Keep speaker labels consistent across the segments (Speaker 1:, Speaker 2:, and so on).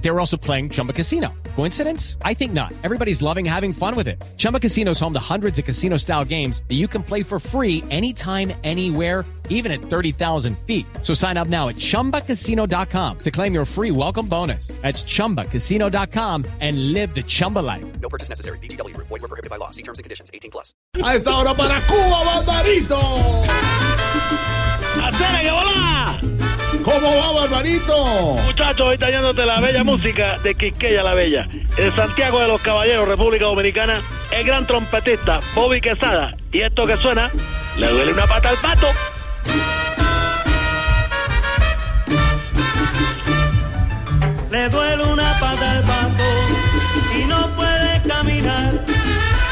Speaker 1: They were also playing Chumba Casino. Coincidence? I think not. Everybody's loving having fun with it. Chumba Casino is home to hundreds of casino style games that you can play for free anytime, anywhere even at 30,000 feet. So sign up now at ChumbaCasino.com to claim your free welcome bonus. That's ChumbaCasino.com and live the Chumba life.
Speaker 2: No purchase necessary. BGW. Void were prohibited by law. See terms and conditions. 18 plus.
Speaker 3: A esta hora para Cuba, Barbarito.
Speaker 4: ¡Atene, que volá!
Speaker 3: ¿Cómo va, Barbarito?
Speaker 4: Muchachos, hoy trayéndote la bella música de Quisqueya la Bella. En Santiago de los Caballeros, República Dominicana, el gran trompetista Bobby Quesada. Y esto que suena, le duele una pata al pato. Le duele una pata al pato y no puede caminar.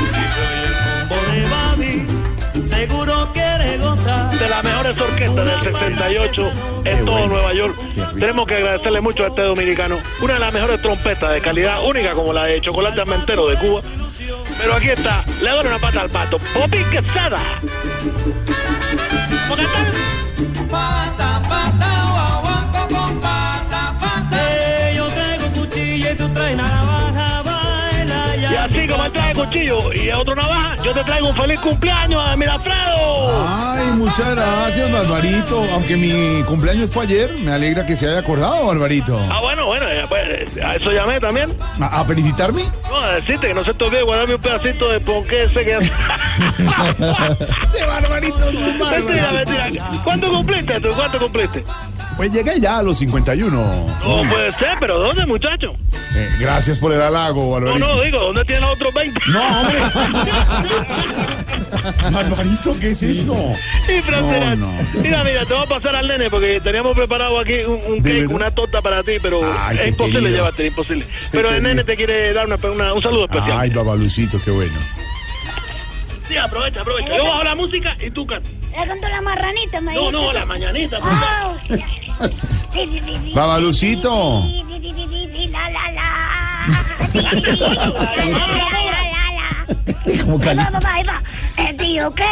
Speaker 4: Y el combo de Babi, seguro quiere gozar. De las mejores orquestas del 68 en todo Nueva York. Tenemos que agradecerle mucho a este dominicano. Una de las mejores trompetas de calidad única como la de Chocolate Almentero de Cuba. Pero aquí está, le duele una pata al pato. Bobby Quesada. ¿Cómo cantar?
Speaker 5: Pata, pata, guaguanco con pata, pata. yo traigo cuchilla y tú traes navaja, baila ya.
Speaker 4: Y así como él trae cuchillo y otro navaja, yo te traigo un feliz cumpleaños a Mirafredo.
Speaker 3: Ay, muchas gracias, Barbarito. Aunque mi cumpleaños fue ayer, me alegra que se haya acordado, Barbarito.
Speaker 4: Ah, bueno, bueno, eh, pues, eh, a eso llamé también.
Speaker 3: ¿A, a felicitarme?
Speaker 4: No, a decirte que no se te olvide guardarme un pedacito de ponqué ese que hace.
Speaker 3: Sí, Barbarito, no,
Speaker 4: mentira,
Speaker 3: Barbarito.
Speaker 4: mentira. ¿Cuánto cumpliste tú? ¿Cuánto cumpliste?
Speaker 3: Pues llegué ya a los 51.
Speaker 4: No puede ser, pero ¿dónde, muchacho?
Speaker 3: Eh, gracias por el halago,
Speaker 4: No,
Speaker 3: Barbarito.
Speaker 4: no, digo, ¿dónde tienen los otros 20?
Speaker 3: No, hombre. Barbarito, ¿qué es esto?
Speaker 4: Sí, Francela.
Speaker 3: No, no.
Speaker 4: Mira, mira, te voy a pasar al nene porque teníamos preparado aquí un,
Speaker 3: ¿De
Speaker 4: un cake,
Speaker 3: verdad?
Speaker 4: una torta para ti, pero
Speaker 3: Ay,
Speaker 4: es
Speaker 3: qué
Speaker 4: imposible
Speaker 3: querido.
Speaker 4: llevarte, imposible. Pero el
Speaker 3: querido.
Speaker 4: nene te quiere dar una, una- un saludo especial.
Speaker 3: Ay, Babalucito, qué bueno.
Speaker 4: Sí, aprovecha, aprovecha. Yo bajo la música y tú cantas.
Speaker 6: Le canto la marranita, me
Speaker 4: No,
Speaker 6: dijiste
Speaker 4: no,
Speaker 6: tú.
Speaker 4: la mañanita. pues.
Speaker 6: Ah, ok. Sí, sí, sí, sí.
Speaker 3: Babalucito.
Speaker 6: Sí, sí, sí, sí, sí, sí, la, la, la. Sí, sí, sí, la, la, la, la, la.
Speaker 3: Como
Speaker 6: Ahí
Speaker 3: cali-
Speaker 6: va, papá, ahí va. Te digo que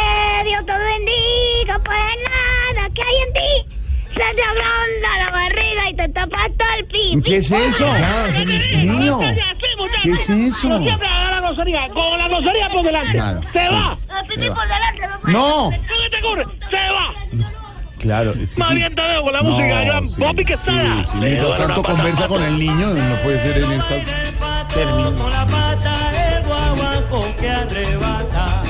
Speaker 6: Dios te bendiga, pues nada que hay en ti. Se te ablanda la barriga y te tapa hasta el pipi.
Speaker 3: ¿Qué es eso? Niño. ¿Qué es eso?
Speaker 4: Yo siempre hago la grosería, con la grosería por delante.
Speaker 3: Claro.
Speaker 4: Se va.
Speaker 6: Ah, pipi por delante, papá.
Speaker 3: No.
Speaker 4: ¿Qué te ocurre? Se va.
Speaker 3: Claro, es que
Speaker 4: Más
Speaker 3: sí.
Speaker 4: bien te dejo con la
Speaker 3: No,
Speaker 4: música. Yo,
Speaker 3: sí,
Speaker 4: Bobby Quesada.
Speaker 3: sí, sí.
Speaker 4: Le doy
Speaker 3: Mientras
Speaker 4: una
Speaker 3: tanto
Speaker 4: patada.
Speaker 3: conversa con el niño, no puede ser en estas...
Speaker 5: El pato con la pata, el guaguanco que arrebata.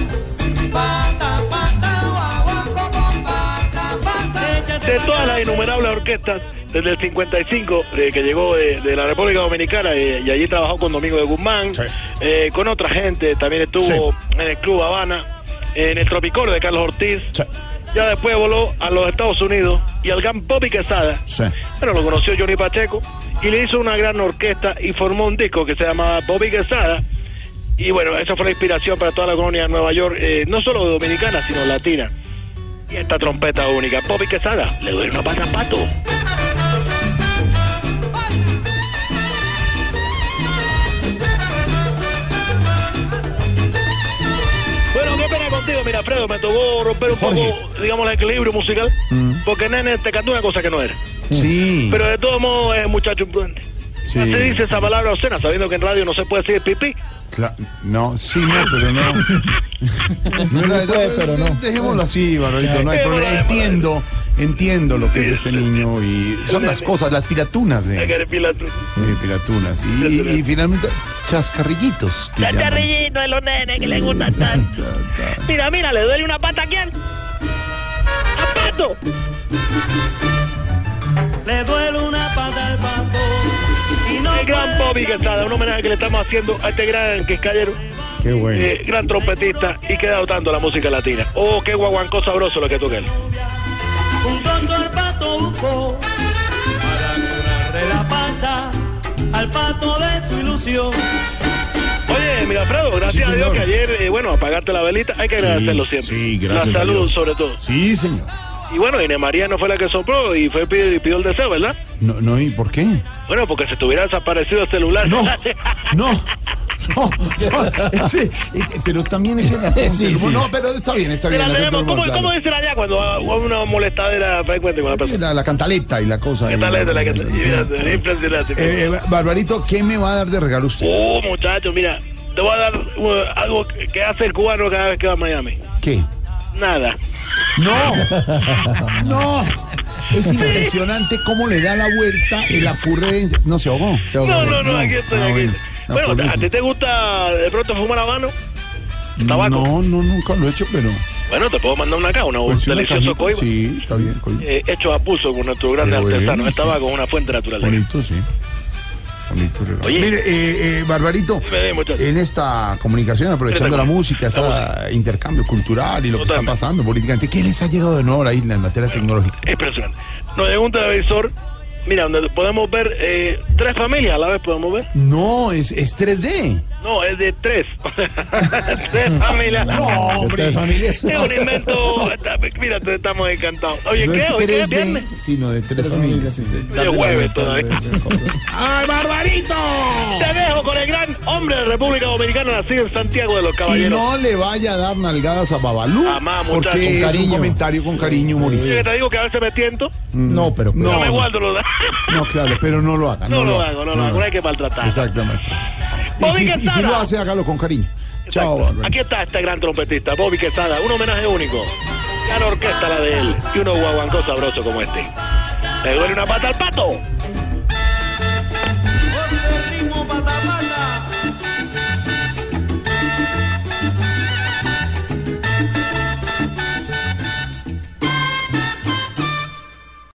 Speaker 5: Pata, pata, guaguanco con pata, pata.
Speaker 4: de todas las innumerables orquestas desde el 55 eh, que llegó de, de la República Dominicana eh, y allí trabajó con Domingo de Guzmán,
Speaker 3: Sí.
Speaker 4: eh, con otra gente, también estuvo en el Club Habana, en el Tropicolo de Carlos Ortiz,
Speaker 3: Sí.
Speaker 4: ya después voló a los Estados Unidos y al gran Bobby Quesada,
Speaker 3: Sí.
Speaker 4: bueno, lo conoció Johnny Pacheco y le hizo una gran orquesta y formó un disco que se llamaba Bobby Quesada. Y bueno, esa fue la inspiración para toda la colonia de Nueva York, eh, no solo dominicana, sino latina. Y esta trompeta única, Bobby Quesada, le doy una pata al pato. Bueno, qué pena contigo, mira, Fredo, me tocó romper un
Speaker 3: Jorge. Mm.
Speaker 4: poco, digamos, el equilibrio musical, porque Nene te cantó una cosa que no era.
Speaker 3: Sí.
Speaker 4: Pero de todos modos es muchacho imprudente.
Speaker 3: Sí.
Speaker 4: No se dice esa palabra obscena, sabiendo que en radio no se puede decir pipí.
Speaker 3: Cla- no, sí, no, pero no. No era- Dejémoslo así, Barbarito, no hay
Speaker 4: Claro.
Speaker 3: problema. Entiendo, entiendo lo que es este niño y son las cosas, las piratunas de
Speaker 4: Hay que
Speaker 3: de
Speaker 4: repilar tú.
Speaker 3: piratunas. Y, y- y finalmente, chascarrillitos. que llaman.
Speaker 4: Chacharrillito de los nenes que le gusta tanto. Mira, mira, le duele una pata a quién. ¡A pato!
Speaker 5: Le duele una pata al pato. Y no
Speaker 4: El gran
Speaker 5: puede
Speaker 4: Bobby Quesada, un homenaje que le estamos haciendo a este gran quiscayero,
Speaker 3: Qué bueno.
Speaker 4: eh, gran trompetista y que ha dado tanto a la música latina. Oh, qué guaguancó sabroso lo que toca él.
Speaker 5: Un tonto al pato buscó para curarle la pata al pato de su ilusión.
Speaker 4: Oye, mira, Fredo,
Speaker 3: Sí,
Speaker 4: gracias a Dios
Speaker 3: señor.
Speaker 4: que ayer, eh, bueno, apagaste la velita, hay que agradecerlo siempre.
Speaker 3: sí, gracias
Speaker 4: La
Speaker 3: a
Speaker 4: salud,
Speaker 3: Dios.
Speaker 4: sobre todo.
Speaker 3: Sí, señor.
Speaker 4: Y bueno, Ine María no fue la que sopló y fue pidió, y pidió el deseo, ¿verdad?
Speaker 3: No, no, ¿y por qué?
Speaker 4: Bueno, porque si te hubiera desaparecido el celular.
Speaker 3: No, no. No, no, ese, eh, pero también es el apunte.
Speaker 7: Sí, sí.
Speaker 3: No, pero está bien, está bien.
Speaker 4: La
Speaker 3: acepto
Speaker 4: tenemos.
Speaker 3: el
Speaker 4: ¿Cómo,
Speaker 3: gol,
Speaker 4: ¿Cómo
Speaker 3: claro.
Speaker 4: dicen allá cuando ah, hubo una molestadera frecuente con la persona?
Speaker 3: La, la cantaleta y la cosa.
Speaker 4: ¿Qué
Speaker 3: ahí,
Speaker 4: tal es de la que
Speaker 3: eh, eh,
Speaker 4: te Impresionante.
Speaker 3: eh, Barbarito, ¿qué me va a dar de regalo usted?
Speaker 4: Oh, muchacho, mira, te voy a dar uh, algo que que hace el cubano cada vez que va a Miami.
Speaker 3: ¿Qué?
Speaker 4: Nada.
Speaker 3: ¡No! ¡No! Es impresionante cómo le da la vuelta y la ocurrencia. No se ahogó. Se ahogó.
Speaker 4: No, no, no, aquí estoy,
Speaker 3: Ah,
Speaker 4: aquí
Speaker 3: bueno.
Speaker 4: estoy. Bueno,
Speaker 3: Ah,
Speaker 4: ¿a ti te gusta de pronto fumar habano?
Speaker 3: No,
Speaker 4: tabaco?
Speaker 3: no, nunca lo he hecho, pero.
Speaker 4: Bueno, te puedo mandar una acá, una, un
Speaker 3: pues, sí, una
Speaker 4: delicioso
Speaker 3: cajita.
Speaker 4: coiba.
Speaker 3: Sí, está bien, coiba.
Speaker 4: eh, hecho a pulso con nuestro grande
Speaker 3: Pero
Speaker 4: artesano.
Speaker 3: bien,
Speaker 4: El
Speaker 3: sí.
Speaker 4: tabaco es una fuente natural. de-
Speaker 3: Bonito, sí. Bonito regalo.
Speaker 4: Oye.
Speaker 3: Mire, eh, eh, Barbarito,
Speaker 4: Dime, dime, muchacho.
Speaker 3: en esta comunicación, aprovechando
Speaker 4: Espérate,
Speaker 3: la
Speaker 4: coño.
Speaker 3: música, este intercambio cultural y lo que está
Speaker 4: Totalmente.
Speaker 3: pasando políticamente, ¿qué les ha llegado de nuevo a la isla en materia tecnológica?
Speaker 4: eh. Impresionante. Nos llegó un televisor, mira, donde podemos ver eh, tres familias a la vez, podemos ver.
Speaker 3: No, es, es 3D.
Speaker 4: No, es de tres. tres familias.
Speaker 3: Estas familias.
Speaker 4: Es un invento. está- Mira, te- estamos encantados. Oye, ¿qué? ¿Hoy qué es viernes?
Speaker 3: sino de tres familias. sí, sí.
Speaker 4: Hoy es jueves todavía.
Speaker 3: ¡Ay, Barbarito!
Speaker 4: Te dejo con el gran hombre de República Dominicana, nacido en Santiago de los
Speaker 3: Y
Speaker 4: Caballeros.
Speaker 3: no le vaya a dar nalgadas a Babalú.
Speaker 4: Jamás, muchacho. Con
Speaker 3: porque es un
Speaker 7: cariño.
Speaker 3: comentario con cariño
Speaker 4: Sí,
Speaker 3: humorístico.
Speaker 4: que Te digo que a veces me tiento.
Speaker 7: No, pero.
Speaker 3: Mm, No.
Speaker 4: No me guardo los.
Speaker 3: No, claro, pero no lo haga.
Speaker 4: No lo hago, no lo hago, no hay que maltratar.
Speaker 3: Exactamente. Y
Speaker 4: Bobby
Speaker 3: si, y si
Speaker 4: Quesada.
Speaker 3: lo hace, hágalo con cariño. Chao,
Speaker 4: Exacto.
Speaker 3: Barbarito.
Speaker 4: Aquí está este gran trompetista, Bobby Quesada, un homenaje único. Gran orquesta la de él y uno guaguancó sabroso como este. ¿Le duele una pata al pato?